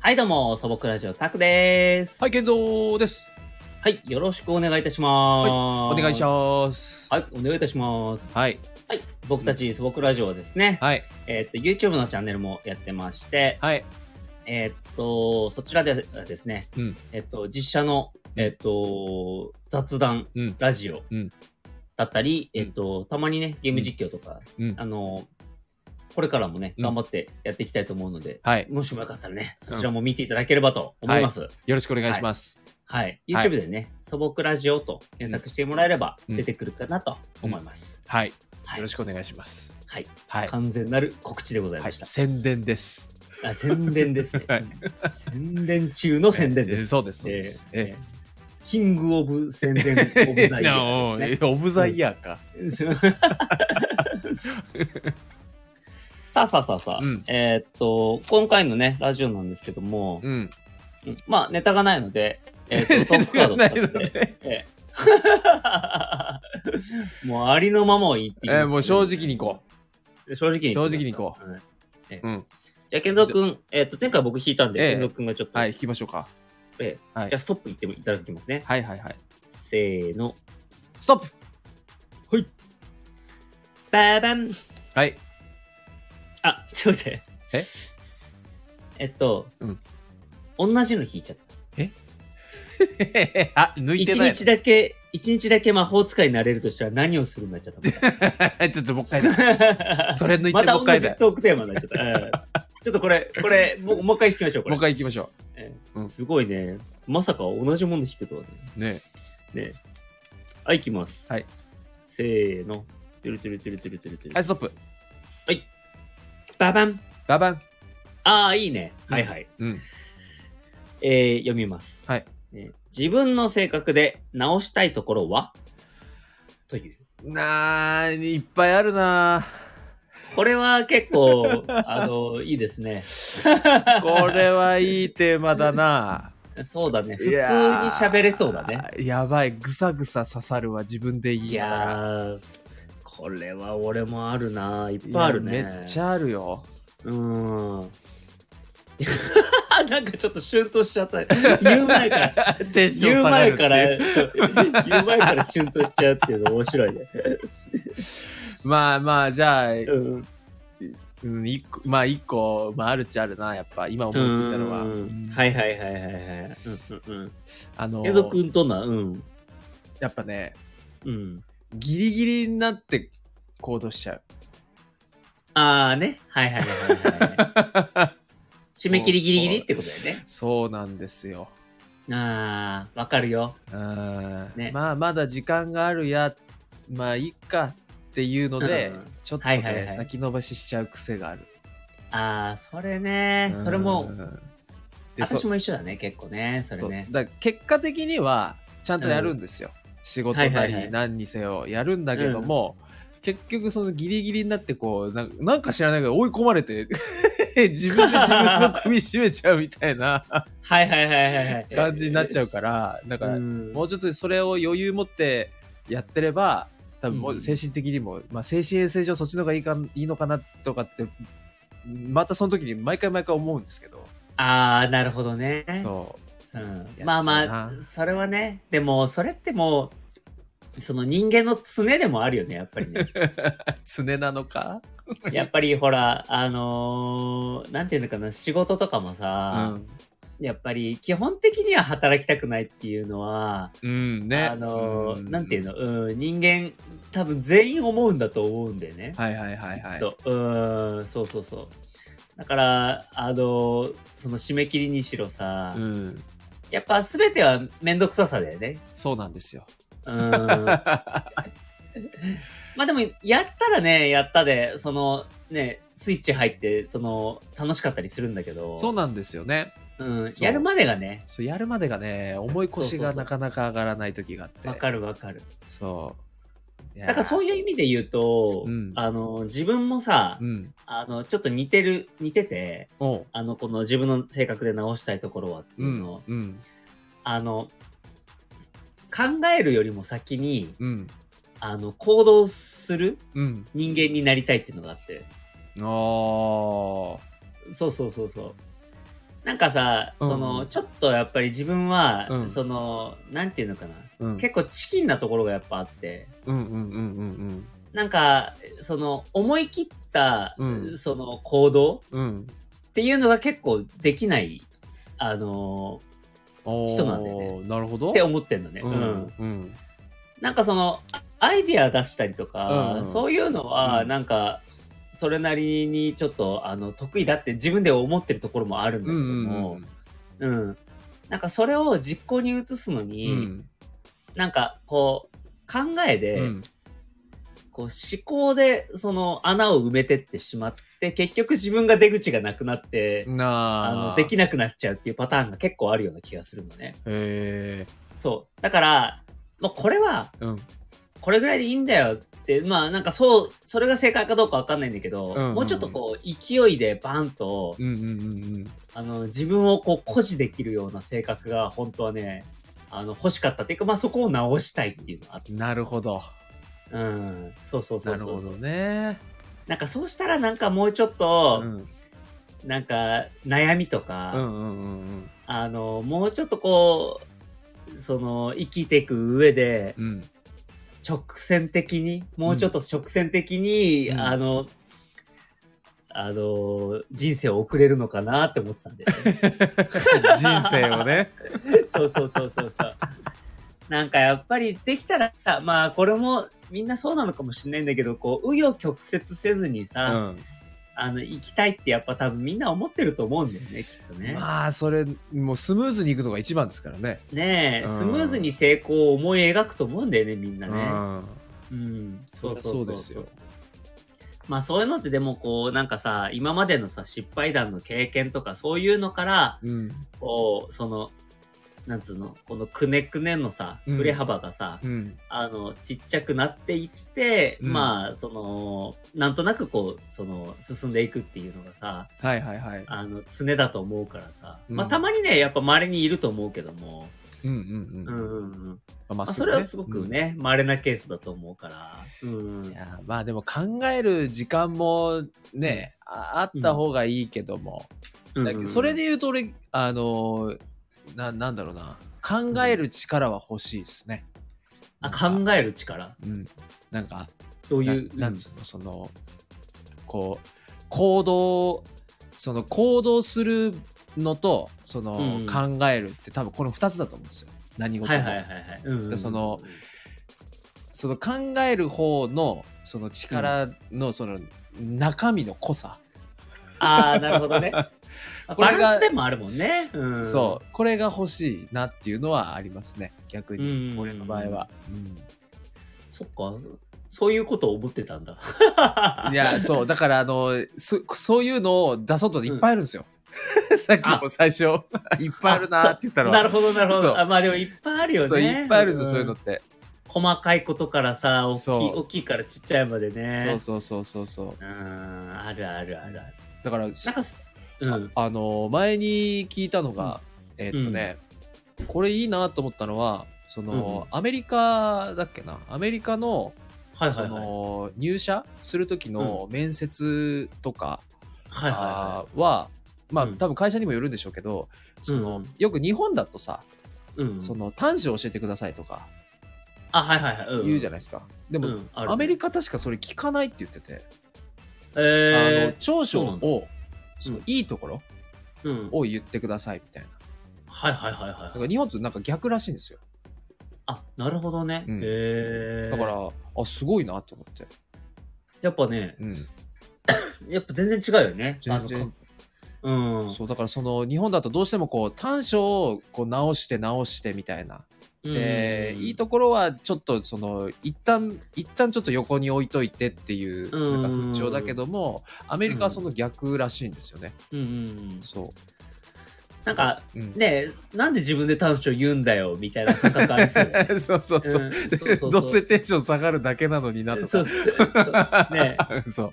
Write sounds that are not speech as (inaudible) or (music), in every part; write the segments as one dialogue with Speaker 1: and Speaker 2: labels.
Speaker 1: はい、どうも、素朴ラジオ、タクです。
Speaker 2: はい、健三です。
Speaker 1: はい、よろしくお願いいたします。
Speaker 2: お願いします。
Speaker 1: はい、お願いいたします。
Speaker 2: はい、
Speaker 1: はい、僕たち素朴ラジオはですね、
Speaker 2: はい、
Speaker 1: えーっと、YouTube のチャンネルもやってまして、
Speaker 2: はい、
Speaker 1: えーっと、そちらでですね、
Speaker 2: うん
Speaker 1: えーっと、実写の、えーっと、雑談
Speaker 2: うん、
Speaker 1: ラジオ
Speaker 2: うん
Speaker 1: だったり、えーっと、たまにね、ゲーム実況とか、
Speaker 2: うん、
Speaker 1: あの、これからもね、
Speaker 2: うん
Speaker 1: 頑張ってやっていきたいと思うので、
Speaker 2: はい、
Speaker 1: もしもよかったらね、そちらも見ていただければと思います。
Speaker 2: よろしくお願いします。
Speaker 1: はい。YouTube でね、素朴ラジオと検索してもらえれば
Speaker 2: うん
Speaker 1: 出てくるかなと思います。
Speaker 2: はい、
Speaker 1: はい
Speaker 2: よろ。しくお願いします。
Speaker 1: はい。
Speaker 2: はい、
Speaker 1: 完全なる告知でござい
Speaker 2: は
Speaker 1: ま
Speaker 2: い、
Speaker 1: した。
Speaker 2: 宣伝です。
Speaker 1: あ宣伝ですね、
Speaker 2: (laughs) はい
Speaker 1: 宣伝中の宣伝で
Speaker 2: えー
Speaker 1: す。
Speaker 2: そうですそうです
Speaker 1: えー
Speaker 2: え
Speaker 1: えーキングオブ宣伝オブ
Speaker 2: (laughs)
Speaker 1: ザイヤーで
Speaker 2: オブザイヤーか。
Speaker 1: す
Speaker 2: (laughs)
Speaker 1: ね。 (laughs) さあさあさあさあ、
Speaker 2: うん
Speaker 1: えーっと、今回のね、ラジオなんですけども、
Speaker 2: うん、
Speaker 1: まあ、ネタがないので、えーっと、トークカード
Speaker 2: (laughs) ない
Speaker 1: 使
Speaker 2: の
Speaker 1: って、
Speaker 2: で。
Speaker 1: ええ (laughs) もうありのままを言ってきます
Speaker 2: えー、もう正直に行こ
Speaker 1: 正直
Speaker 2: う。
Speaker 1: に
Speaker 2: 正直に
Speaker 1: こ
Speaker 2: 行こ
Speaker 1: う、はいええ
Speaker 2: うん
Speaker 1: じゃあ健三くん、えっと前回僕引いたんで、
Speaker 2: ええ
Speaker 1: 健三くんがちょっ
Speaker 2: う。
Speaker 1: と、
Speaker 2: はい、引きましょうか。
Speaker 1: ええ
Speaker 2: はい
Speaker 1: じゃあストップ言っていただきますね
Speaker 2: はい、はい、はい。
Speaker 1: せーの
Speaker 2: ストップ。
Speaker 1: ババン
Speaker 2: はい、 (laughs)
Speaker 1: あちょっと待って
Speaker 2: え
Speaker 1: えっと、
Speaker 2: うん
Speaker 1: 同じの引いちゃった
Speaker 2: あ、抜いて
Speaker 1: 一
Speaker 2: ない。
Speaker 1: 日だけ一日だけ魔法使いになれるとしたら何をするんだっちゃったもん
Speaker 2: ちょっともう一回 (laughs) だ。 (laughs) それ抜い
Speaker 1: (laughs)
Speaker 2: て
Speaker 1: また
Speaker 2: もう
Speaker 1: 同
Speaker 2: 一回
Speaker 1: じ
Speaker 2: だ。
Speaker 1: トークテーマになっちゃった、ええちょっとこれこれもうもう一回引きましょうこ
Speaker 2: もう
Speaker 1: れ
Speaker 2: 一回行きましょ
Speaker 1: ええ
Speaker 2: うん
Speaker 1: すごいね。まさか同じもの弾くとはね。
Speaker 2: う。ね。
Speaker 1: ねはい、行きます。
Speaker 2: はい。
Speaker 1: せーの。てるてるてるてるてるてる。
Speaker 2: はい、ストップ。
Speaker 1: ババン。
Speaker 2: ババン。
Speaker 1: ああ、いいね。
Speaker 2: うん
Speaker 1: はいはい。
Speaker 2: うん。
Speaker 1: えー、読みます。
Speaker 2: はい
Speaker 1: ね自分の性格で直したいところはという。
Speaker 2: なあ、いっぱいあるな
Speaker 1: これは結
Speaker 2: (laughs)
Speaker 1: 構、あの、いいですね。
Speaker 2: あ。これはいいテーマだな。
Speaker 1: そうだね。普
Speaker 2: い
Speaker 1: 通に
Speaker 2: やー
Speaker 1: 喋れそうだね。。
Speaker 2: やばい、ぐさぐさ刺さるは自分で言
Speaker 1: い
Speaker 2: いながら
Speaker 1: やー、これは俺もあるな。いっぱいあるね。
Speaker 2: いやめっちゃあるよ。
Speaker 1: うーん。なんかちょっとシュンとしちゃった。言う前から、
Speaker 2: テンショ
Speaker 1: 言
Speaker 2: ン
Speaker 1: う
Speaker 2: 下がる
Speaker 1: 前
Speaker 2: って
Speaker 1: か
Speaker 2: いう
Speaker 1: ら、言う前からシュンとしちゃうっていうの面白いね。
Speaker 2: まあまあ、じゃあ、
Speaker 1: うん、
Speaker 2: うん、一個、まあ一個、まああるっちゃあるな、やっぱ、今思いついたのは。うん
Speaker 1: はいはいはいはいはい。うんうんうん。
Speaker 2: あの
Speaker 1: 江戸くんとな、うん。
Speaker 2: やっぱね、
Speaker 1: うん。
Speaker 2: ギリギリになって行動しちゃう。
Speaker 1: ああね。はいはいはいはいはい。締め切りギリギリってことだよね。
Speaker 2: そうなんですよ。
Speaker 1: ああ、わかるよ。
Speaker 2: うん
Speaker 1: ね
Speaker 2: まあまだ時間があるやまあいいかっていうので、
Speaker 1: うん
Speaker 2: ちょっとね、
Speaker 1: はいはいはい
Speaker 2: 先延ばししちゃう癖がある、
Speaker 1: ああ、それね。それも
Speaker 2: う、んでそ
Speaker 1: 私も一緒だね、結構ね。それね
Speaker 2: そ。うだから結果的にはちゃんとやるんですよ、仕事
Speaker 1: は
Speaker 2: ない
Speaker 1: はいはい
Speaker 2: り何にせよやるんだけども、結局そのギリギリになってこうなんなんか知らないけど追い込まれて (laughs) 自分で自分の首絞めちゃうみたい
Speaker 1: (laughs)
Speaker 2: な
Speaker 1: はいはいはいはいはい。
Speaker 2: 感じになっち
Speaker 1: ゃ
Speaker 2: ゃうからだから
Speaker 1: ん
Speaker 2: もうちょっとそれを余裕持ってやってれば多分も
Speaker 1: うん
Speaker 2: う精神的にも、まあ、精神衛生上そっちの方がいいかいいのかなとかってまたその時に毎回毎回思うんですけど、
Speaker 1: ああなるほどね、、
Speaker 2: そうちゃうんな
Speaker 1: まあまあそれはねでもそれってもうその人間の常でもあるよねやっぱり
Speaker 2: (laughs)
Speaker 1: ね
Speaker 2: う常なのか、
Speaker 1: やっぱりほらあのー、なんていうのかな仕事とかも
Speaker 2: う
Speaker 1: さ、
Speaker 2: ん、
Speaker 1: やっぱり基本的には働きたくないっていうのは、
Speaker 2: うんね
Speaker 1: あのーなんていうの、うん、人間多分全員思うんだと思うんだよね、
Speaker 2: はいはいはいはい
Speaker 1: とうーんそうそうそうだからあのーその締め切りにしろさ、
Speaker 2: うん、
Speaker 1: やっぱ全ては面倒くささだよね。
Speaker 2: そうなんですよ
Speaker 1: うん。
Speaker 2: (laughs)
Speaker 1: まあでも、やったらね、やったで、その、ね、スイッチ入って、その、楽しかったりするんだけど、
Speaker 2: そうなんですよね
Speaker 1: うん、
Speaker 2: そう
Speaker 1: やるまでがね、
Speaker 2: そうやるまでがね重い腰
Speaker 1: そうそう
Speaker 2: が
Speaker 1: そう
Speaker 2: なかなか上がらない時があって
Speaker 1: わかるわかる。
Speaker 2: そう
Speaker 1: だからそう
Speaker 2: い
Speaker 1: いう意味で言うと、
Speaker 2: うん
Speaker 1: あの、自分もさ、
Speaker 2: やーうん
Speaker 1: あの、ちょっと似てる、似てて、
Speaker 2: おう
Speaker 1: あの、この自分の性格で直したいところはっていううのを、
Speaker 2: んうん
Speaker 1: あの、考えるよりも先に、
Speaker 2: うん
Speaker 1: あの、行動する
Speaker 2: うん
Speaker 1: 人間になりたいっていうのがあって。
Speaker 2: あー
Speaker 1: そうそうそうそう。なんかさ、
Speaker 2: うん
Speaker 1: そのちょっとやっぱり自分は、
Speaker 2: うん
Speaker 1: そのなんていうのかな、
Speaker 2: うん
Speaker 1: 結構チキンなところがやっぱあって
Speaker 2: うんうんうんうん
Speaker 1: なんかその思い切った、
Speaker 2: うん
Speaker 1: その行動
Speaker 2: うんうん
Speaker 1: っていうのが結構できないあの
Speaker 2: おー
Speaker 1: 人なんだよね
Speaker 2: なるほど
Speaker 1: って思ってんのね、
Speaker 2: う
Speaker 1: うんん
Speaker 2: うん
Speaker 1: なんかそのあアイディア出したりとか、
Speaker 2: うん
Speaker 1: そういうのは
Speaker 2: うん
Speaker 1: なんか、それなりにちょっとあの得意だって自分で思ってるところもあるんだけ
Speaker 2: うん
Speaker 1: ど
Speaker 2: うん
Speaker 1: も、うんなんかそれを実行に移すのに、
Speaker 2: うん
Speaker 1: なんかこう考えで、
Speaker 2: うん
Speaker 1: こう思考でその穴を埋めてってしまって結局自分が出口がなくなって、あ
Speaker 2: な
Speaker 1: のでき
Speaker 2: ない
Speaker 1: なくなっちゃうっていうパターンが結構あるような気がするのね。
Speaker 2: へ
Speaker 1: そうだからもうこれは
Speaker 2: えうん
Speaker 1: これぐらいでいいんだよってまあなんかそうそれが正解かどうかわかんないんだけど、
Speaker 2: うんうんうん
Speaker 1: もうちょっとこう勢いでバンと、
Speaker 2: うんうんうん
Speaker 1: あの自分をこう誇示できるような性格が本当はねあの欲しかったっていうかまあそこを直したいっていうのはあっ
Speaker 2: うんなるほど
Speaker 1: うんそうそうそ
Speaker 2: な
Speaker 1: う
Speaker 2: る
Speaker 1: そう
Speaker 2: ほ
Speaker 1: そう
Speaker 2: どね
Speaker 1: なんかそうしたらなんかもうちょっ
Speaker 2: う
Speaker 1: と、
Speaker 2: ん
Speaker 1: なんか悩みとか、
Speaker 2: うんうんうん
Speaker 1: あのもうちょっとこうその生きていく上で
Speaker 2: うん
Speaker 1: (laughs)
Speaker 2: うん
Speaker 1: 直線的にもうちょっと直線的に、
Speaker 2: うん
Speaker 1: あのあの人生を送れるのかなって思ってたんで、ね、
Speaker 2: 人生をね
Speaker 1: そうそうそうそうそうなんかやっぱりできたらまあこれもみんなそうなのかもしれないんだけどこう紆余曲折せずに
Speaker 2: う
Speaker 1: さ、
Speaker 2: ん
Speaker 1: あの行きたいってやっぱ多分みんな思ってると思うんだよねきっとね。
Speaker 2: まあそれもうスムーズにいくのが一番ですからね
Speaker 1: ねえ、
Speaker 2: うん
Speaker 1: スムーズに成功を思い描くと思うんだよねみんな
Speaker 2: う
Speaker 1: ね。
Speaker 2: ん
Speaker 1: うん、そうそう
Speaker 2: そ
Speaker 1: そうう
Speaker 2: ですよ
Speaker 1: まあそういうのってでもこうなんかさ今までのさ失敗談の経験とかそういうのから
Speaker 2: うん
Speaker 1: こうそのなんつうのこのくねくねのさ
Speaker 2: うん
Speaker 1: 振れ幅がさ、
Speaker 2: うん
Speaker 1: あのちっちゃくなっていって、
Speaker 2: うん
Speaker 1: まあそのなんとなくこうその進んでいくっていうのがさ
Speaker 2: はいはいはい
Speaker 1: あの常だと思うからさ、
Speaker 2: うん
Speaker 1: まあたまにねやっぱ周りにいると思うけども、
Speaker 2: うんうん
Speaker 1: う
Speaker 2: うんん
Speaker 1: うんうん、
Speaker 2: あま
Speaker 1: まあ、それはすごくね、稀なケースだと思うから。うん
Speaker 2: うんいやまあでも考える時間もね、ああった方がいいけども、だけどそれで言うと俺あのーななんだろうな考える力は欲しいですね、
Speaker 1: あ
Speaker 2: なんか
Speaker 1: 考える力
Speaker 2: うんなんか
Speaker 1: どう
Speaker 2: な
Speaker 1: いう。
Speaker 2: なんつうのそのこう行動その行動するのとその、
Speaker 1: うん
Speaker 2: 考えるって多分この2つだと思うんですよ何
Speaker 1: うん
Speaker 2: 事
Speaker 1: は
Speaker 2: も、
Speaker 1: いはいはいはい。うん
Speaker 2: その、その考える方のその力のその中身の濃さ、
Speaker 1: ああ、なるほ
Speaker 2: (laughs)
Speaker 1: どね。
Speaker 2: こ
Speaker 1: バ
Speaker 2: れが
Speaker 1: ランスでもあるもんね。うん、
Speaker 2: そうこれが欲しいなっていうのはありますね逆
Speaker 1: う
Speaker 2: に、
Speaker 1: ん
Speaker 2: 俺の場合は、
Speaker 1: そっか。そういうことを思ってたんだ。
Speaker 2: いやそうだからあのそそういうのを出そうといっぱいある
Speaker 1: (laughs)
Speaker 2: んですよ、さっきも最初いっぱいあるなって言ったら
Speaker 1: なるほどなるほ
Speaker 2: そう
Speaker 1: ど。あまあでもいっぱいあるよね。
Speaker 2: そういっぱいあるんですよ、そういうの
Speaker 1: ん
Speaker 2: って、
Speaker 1: 細かいことからさ、大きい
Speaker 2: そう
Speaker 1: 大きいからちっちゃいまでね。
Speaker 2: そうそうそうそうそう
Speaker 1: うん、あるあるあるある。
Speaker 2: だから
Speaker 1: なんかす、うん。
Speaker 2: あの前に聞いたのが、えーっとね、これいいなと思ったのはその、アメリカだっけなアメリカの
Speaker 1: はい
Speaker 2: そ
Speaker 1: はいはい。はい
Speaker 2: の入社する時の面接とか
Speaker 1: はいは
Speaker 2: あーはまあ
Speaker 1: うん
Speaker 2: 多分会社にもよるんでしょうけどその
Speaker 1: うん
Speaker 2: よく日本だとさ
Speaker 1: い。うん。
Speaker 2: その短所を教えてくださいとか
Speaker 1: あ、はいはいはい。
Speaker 2: 言うじゃ
Speaker 1: ない。
Speaker 2: ないですかで
Speaker 1: う
Speaker 2: も
Speaker 1: ん、
Speaker 2: アメリ
Speaker 1: カ、
Speaker 2: カ確かそれ聞かないって言っててあの
Speaker 1: え
Speaker 2: 長所
Speaker 1: そうなんだ
Speaker 2: をその
Speaker 1: うん
Speaker 2: いいところ
Speaker 1: ーうん、
Speaker 2: を言ってくださいみたいな
Speaker 1: はいはいはい
Speaker 2: だ
Speaker 1: は
Speaker 2: か
Speaker 1: い。
Speaker 2: ら日本となんか逆らしいんですよ
Speaker 1: あ、なるほどね。
Speaker 2: うん
Speaker 1: へえ。
Speaker 2: だからあすごいなと思って
Speaker 1: やっぱね、
Speaker 2: うん
Speaker 1: やっぱ全然違うよね。
Speaker 2: 全然
Speaker 1: あの。か
Speaker 2: そうだからその日本だとどうしてもこう短所をこう直して直してみたいな
Speaker 1: うん。
Speaker 2: で
Speaker 1: うん
Speaker 2: いいところはちょっとその一旦一旦ちょっと横に置いといてっていう
Speaker 1: うん
Speaker 2: なんか風潮だけどもアメリカはその逆らしいんですよね、
Speaker 1: うんうんうん。
Speaker 2: そ
Speaker 1: なんか、
Speaker 2: う、うん
Speaker 1: ねなんで自分で短所言うんだよ、みたいな感覚ありそうだよね。
Speaker 2: (laughs) そうそう (laughs) そう、
Speaker 1: うんそうそうそ
Speaker 2: (laughs) ど
Speaker 1: う
Speaker 2: うせテンション下がるだけなのになとか
Speaker 1: そうそうそうね
Speaker 2: (laughs) そう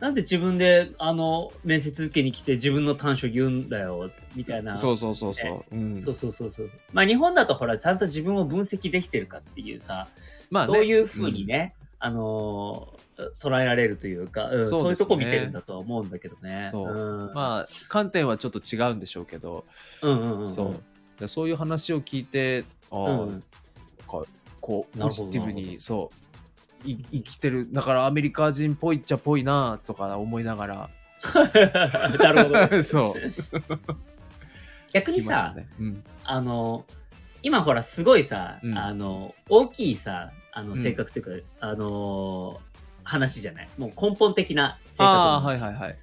Speaker 1: なんで自分であの面接受けに来て自分の短所言うんだよみたいな
Speaker 2: そうそうそうそう、うん、
Speaker 1: そうそうそうそうまあ日本だとほらちゃんと自分を分析できてるかっていうさ
Speaker 2: まあね
Speaker 1: そういうふうにね、あのー捉えられるというか、うん
Speaker 2: そうです
Speaker 1: そう
Speaker 2: ね
Speaker 1: いうとこ見てるんだとは思うんだけどね。、
Speaker 2: そうんまあ観点はちょっと違うんでしょうけど、
Speaker 1: うんうんうん、
Speaker 2: そうでそういう話を聞いてああ、
Speaker 1: うん
Speaker 2: なん (laughs) かこう
Speaker 1: なるほ
Speaker 2: ポ
Speaker 1: ど
Speaker 2: ジティ
Speaker 1: な
Speaker 2: ブ
Speaker 1: るほ
Speaker 2: にそうい生きてるだからアメリカ人っぽいっちゃっぽいなとか思いなが
Speaker 1: なるほど。
Speaker 2: ら (laughs) そう
Speaker 1: 逆に
Speaker 2: 聞きまし
Speaker 1: さ、
Speaker 2: たねうん
Speaker 1: あの今ほらすごいさ、
Speaker 2: うん
Speaker 1: あの大きいさあ
Speaker 2: う
Speaker 1: の
Speaker 2: ん
Speaker 1: 性格というか、あの話じゃないもう根本的な性格の
Speaker 2: ああ
Speaker 1: 話
Speaker 2: はいはいはい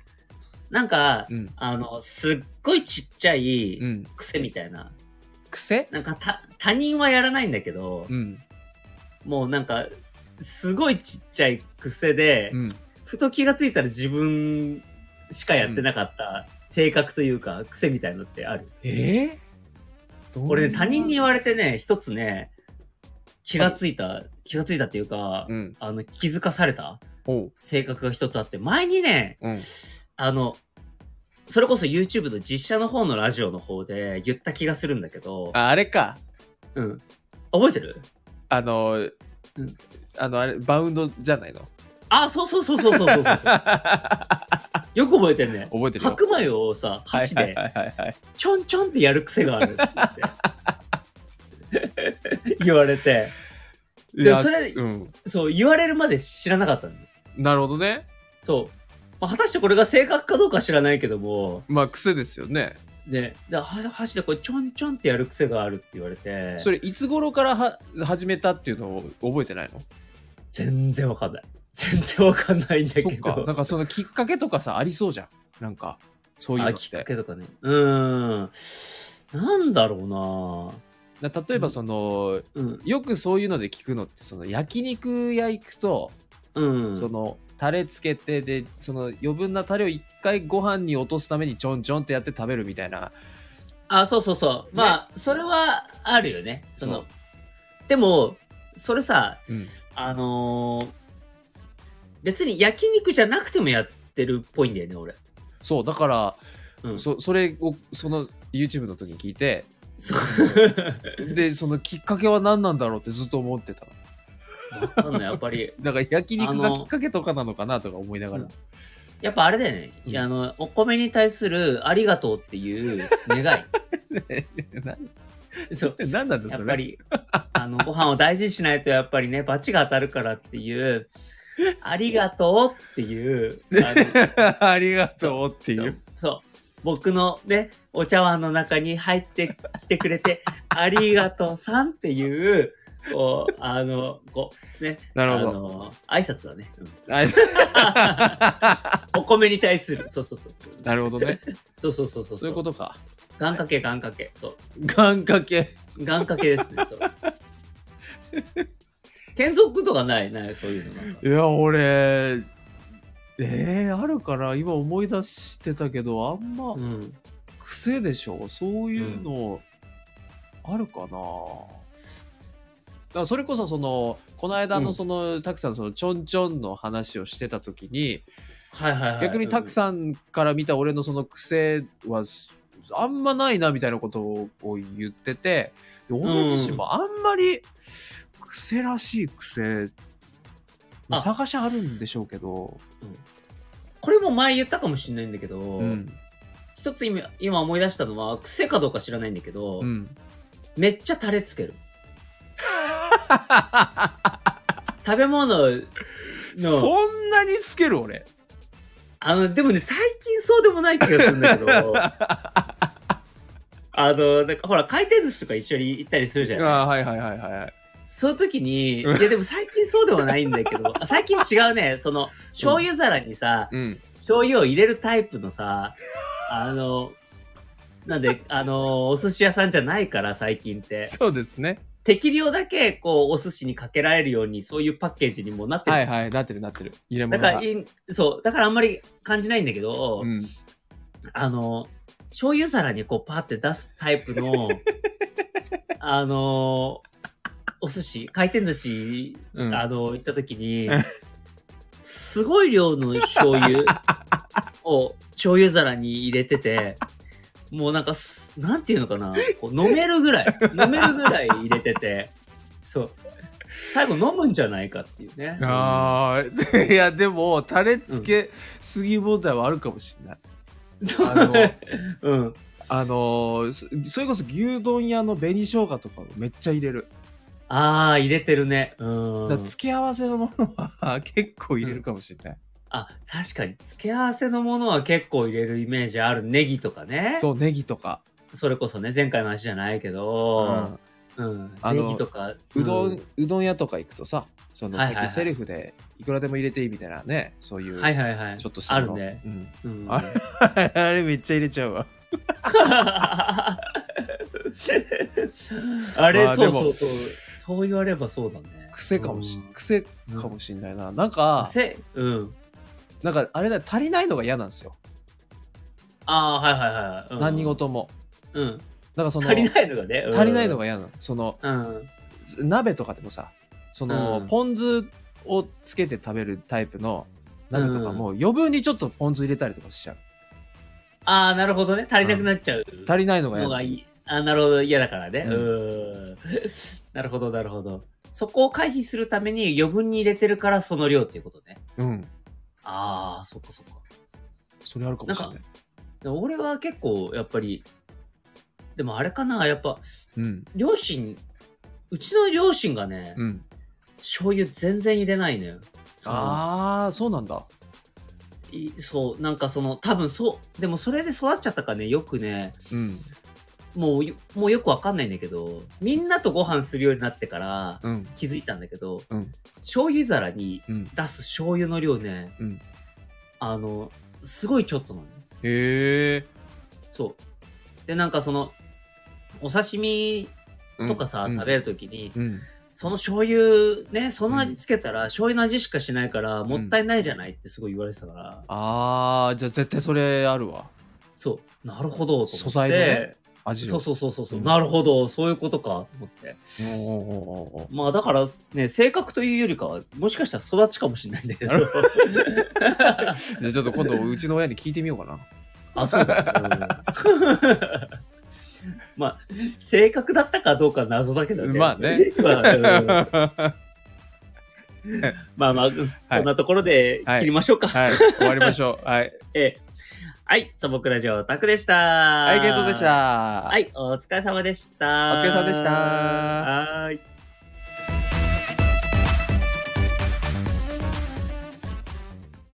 Speaker 1: なんか、
Speaker 2: うん
Speaker 1: あのすっごいちっちゃい
Speaker 2: うん
Speaker 1: 癖みたいな、
Speaker 2: 癖
Speaker 1: なんかた他人はやらないんだけど、
Speaker 2: うん
Speaker 1: もうなんかすごいちっちゃい癖で、
Speaker 2: うん
Speaker 1: ふと気がついたら自分しかやってなかった性格というか癖みたいのってある、
Speaker 2: ええ
Speaker 1: 俺ね他人に言われてね一つね気がついた気がついたっていうか、
Speaker 2: うん
Speaker 1: あの気づかされた
Speaker 2: おう
Speaker 1: 性格が一つあって前にね
Speaker 2: うん
Speaker 1: あのそれこそ YouTube の実写の方のラジオの方で言った気がするんだけど、
Speaker 2: ああれか
Speaker 1: うん、覚えてる
Speaker 2: あの、
Speaker 1: うん
Speaker 2: あのあれバウンドじゃないの (laughs)
Speaker 1: あそうそうそうそうそうそうそうそう
Speaker 2: 覚
Speaker 1: よく覚えてるね
Speaker 2: えてるよ
Speaker 1: 白米をさ箸
Speaker 2: はい
Speaker 1: で
Speaker 2: はいはいはいはい
Speaker 1: ちょんちょんってやる癖があるっ
Speaker 2: (laughs)
Speaker 1: て言われて
Speaker 2: いや
Speaker 1: でそれ
Speaker 2: うん、
Speaker 1: そう言われるまで知らなかったんだよ
Speaker 2: なるほどね
Speaker 1: そう、まあ、果たしてこれが正確かどうか知らないけども
Speaker 2: まあ癖ですよね
Speaker 1: ねでは箸でこうちょんちょんってやる癖があるって言われて
Speaker 2: それいつ頃からは始めたっていうのを覚えてないの
Speaker 1: 全然わかんない全然わかんないんだけ
Speaker 2: そっか
Speaker 1: ど
Speaker 2: なんかそのきっかけとかさありそうじゃんなんかそういうの
Speaker 1: あ
Speaker 2: っ
Speaker 1: きっか
Speaker 2: て
Speaker 1: けとかねうーんなんだろう
Speaker 2: な例えばその、
Speaker 1: なうん
Speaker 2: よくそういうので聞くのってその焼肉屋行くと、
Speaker 1: うん
Speaker 2: そのタレつけてでその余分なタレを一回ご飯に落とすためにちょんちょんってやって食べるみたいな
Speaker 1: あ、そうそうそう。まあ、それはあるよね。その
Speaker 2: そう
Speaker 1: でも、それさ、
Speaker 2: うん
Speaker 1: あのー別に焼肉じゃなくてもやってるっぽいんだよね、俺。
Speaker 2: そうだから、
Speaker 1: うん
Speaker 2: そそれをその YouTube の時に聞いて
Speaker 1: そう。
Speaker 2: でそのきっかけは何なんだろうってずっと思ってたの
Speaker 1: わかんないやっぱり、
Speaker 2: だから焼
Speaker 1: あ
Speaker 2: 肉
Speaker 1: の
Speaker 2: がきっかけとかなのかなとか思いながら、
Speaker 1: うんやっぱあれだよね。
Speaker 2: うん
Speaker 1: いやあの、お米に対するありがとうっていう願。
Speaker 2: ない
Speaker 1: そう。
Speaker 2: 何なんだ
Speaker 1: や
Speaker 2: (laughs) そ
Speaker 1: っ
Speaker 2: れ
Speaker 1: ぱり、 (laughs) あの、ご飯を大事にしないと、やっぱりね、罰が当たるからっていう、ありがとうっていう、あの
Speaker 2: (laughs) ありがとうってい
Speaker 1: そううそう僕のねお茶碗の中に入ってきてくれてありがとうさんっていうこうあのこうね
Speaker 2: なるほ
Speaker 1: あ
Speaker 2: ど
Speaker 1: の挨拶だね、うん
Speaker 2: あ
Speaker 1: お米に対するそうそうそう
Speaker 2: (laughs) なるほどね
Speaker 1: そうそうそうそう
Speaker 2: そういうことか
Speaker 1: 願掛け願掛けそう
Speaker 2: 願掛け
Speaker 1: 願掛けですねそう健三君とかないないそういうのなんか
Speaker 2: いや俺えー、あるから今思い出してたけどあんま
Speaker 1: うん
Speaker 2: 癖でしょそういうのあるかな、だからそれこそそのこの間
Speaker 1: うん
Speaker 2: のその、たくさんそのちょんちょんの話をしてた時に、
Speaker 1: はいはいはい
Speaker 2: 逆にたくさんから見た俺のその癖はすあんまないなみたいなことを言っててで俺自身もあんまり癖らしい癖
Speaker 1: あ
Speaker 2: 探しゃあるんでしょうけど、
Speaker 1: これも前言ったかもしれないんだけど、
Speaker 2: うん
Speaker 1: 一つ今今思い出したのは癖かどうか知らないんだけど、
Speaker 2: うん、
Speaker 1: めっちゃタレつける食べ物の
Speaker 2: そんなにつける俺
Speaker 1: あのでもね最近そうでもない気がするんだけ
Speaker 2: (laughs)
Speaker 1: どあのなんかほら回転寿司とか一緒に行ったりするじゃない
Speaker 2: あーはいはいはいはいはい
Speaker 1: その時にいやでも最近そうではないんだけ
Speaker 2: (laughs)
Speaker 1: どあ最近違うねその醤油皿にさ、
Speaker 2: うん
Speaker 1: 醤油を入れるタイプのさあのなんであのお寿司屋さんじゃないから最近って
Speaker 2: そうですね。
Speaker 1: 適量だけこうお寿司にかけられるようにそういうパッケージにもなってる、
Speaker 2: はいはい、なってるなってる。入れ
Speaker 1: だ
Speaker 2: 物
Speaker 1: か
Speaker 2: が。
Speaker 1: らいいそうだからあんまり感じないんだけど、
Speaker 2: うん、
Speaker 1: あの醤油皿にこうパーって出すタイプ
Speaker 2: (laughs)
Speaker 1: のあのお寿司回転寿司、
Speaker 2: うん
Speaker 1: あの行った時に
Speaker 2: うん
Speaker 1: すごい量の醤
Speaker 2: (laughs)
Speaker 1: 油を醤油皿に入れててもうなんかすなんていうのかなこう飲めるぐらい飲めるぐらい入れててそう最後飲むんじゃないかっていうね。
Speaker 2: ああ、 (laughs) いや、でも、タレつけすぎ問題はあるかもしれ
Speaker 1: (laughs)
Speaker 2: ない。
Speaker 1: そう
Speaker 2: あの
Speaker 1: うん。
Speaker 2: あのーそそれこそ牛丼屋の紅生姜とかもめっちゃ入れる。
Speaker 1: ああ、入れてるね。う
Speaker 2: だから
Speaker 1: ん。
Speaker 2: 付け合わせのものは結構入れるかもしれない。
Speaker 1: あ、確かに。付け合わせのものは結構入れるイメージある。ネギとかね。
Speaker 2: そう、ネギとか。
Speaker 1: それこそね、前回の話じゃないけ
Speaker 2: う
Speaker 1: ど、
Speaker 2: ん
Speaker 1: うん。
Speaker 2: あの
Speaker 1: ネギとか。
Speaker 2: うどん、
Speaker 1: う
Speaker 2: うどん屋とか行くとさ、その、
Speaker 1: はいはいはい
Speaker 2: さっきセルフでいくらでも入れていいみたいなね、そういう、
Speaker 1: はいはいはい。
Speaker 2: ちょっとした
Speaker 1: ある
Speaker 2: の
Speaker 1: ね。。
Speaker 2: うん
Speaker 1: うん。
Speaker 2: あれ (laughs) あれめっちゃ入れちゃうわ。
Speaker 1: (laughs) あれ、
Speaker 2: まあ
Speaker 1: そ
Speaker 2: で
Speaker 1: う
Speaker 2: も
Speaker 1: そうそう。そう言わればそうだね。
Speaker 2: 癖かもし、
Speaker 1: うん
Speaker 2: 癖かもしんないな。なんか、
Speaker 1: せ、うん。
Speaker 2: なんかあれだ、足りないのが嫌なんですよ。
Speaker 1: ああ、はいはいはい。うん
Speaker 2: 何。事も。
Speaker 1: うん。
Speaker 2: なんかその、
Speaker 1: 足りないのがね。うん
Speaker 2: 足りないの。が嫌なの。その、
Speaker 1: うん。
Speaker 2: 鍋とかでもさその、
Speaker 1: うん
Speaker 2: ポン酢をつけて食べるタイプの鍋とかも、余分にちょっとポン酢入れたりとかしちゃう
Speaker 1: ああ、なるほどね。足りなくなっちゃう
Speaker 2: 足りないのが
Speaker 1: の
Speaker 2: 嫌だ
Speaker 1: がいい。あなるほど。嫌だからね。う
Speaker 2: うん
Speaker 1: ん。 (laughs) なるほど、なるほど。そこを回避するために余分に入れてるからその量っていうことね。
Speaker 2: うん
Speaker 1: ああ、そっかそっか。
Speaker 2: それあるかもしれない
Speaker 1: なで俺は結構、やっぱり、でもあれかな、やっぱ、
Speaker 2: うん
Speaker 1: 両親、うちの両親がね、
Speaker 2: うん
Speaker 1: 醤油全然入れないのよ。その
Speaker 2: ああそうなんだ
Speaker 1: いそう、なんかその、多分そう、でもそれで育っちゃったからね、よくね、
Speaker 2: うん
Speaker 1: もうよ、もうよくわかんないんだけど、みんなとご飯するようになってから
Speaker 2: うん
Speaker 1: 気づいたんだけど、
Speaker 2: うん
Speaker 1: 醤油皿に
Speaker 2: うん
Speaker 1: 出す醤油の量ね、
Speaker 2: うん
Speaker 1: あの、すごいちょっとなのね。
Speaker 2: へ
Speaker 1: そう。で、なんかその、お刺身
Speaker 2: え
Speaker 1: とかさ、食べるときに、
Speaker 2: うん
Speaker 1: その醤油ね、その味つけたら、醤油の味しかしないから、もったいないじゃないってすごい言われてたから、
Speaker 2: ああじゃあ絶対それあるわ
Speaker 1: そう、なるほど、と思って。
Speaker 2: 素材のね味
Speaker 1: そうそうそうそうそう、
Speaker 2: うん
Speaker 1: なるほど、そういうことか、と思って。
Speaker 2: うおーおーおーおー
Speaker 1: まあだから、ね、性格というよりかは、もしかしたら育ちかもしれないんだけど
Speaker 2: な。じゃあちょっと今度うちの親に聞いてみようかな
Speaker 1: (laughs) あ、そうだ、うん (laughs) まあ、性格だったかどうか謎だけどね。
Speaker 2: まあね
Speaker 1: (laughs) まあうん (laughs)
Speaker 2: は
Speaker 1: まあまあ、こんなところで切りましょうか。
Speaker 2: い終わりましょうはい
Speaker 1: ええはい、素朴ラジオタクでした。は
Speaker 2: はいゲートでし。た
Speaker 1: はい、お疲れ様でした。
Speaker 2: お疲れ様でした
Speaker 1: はーい。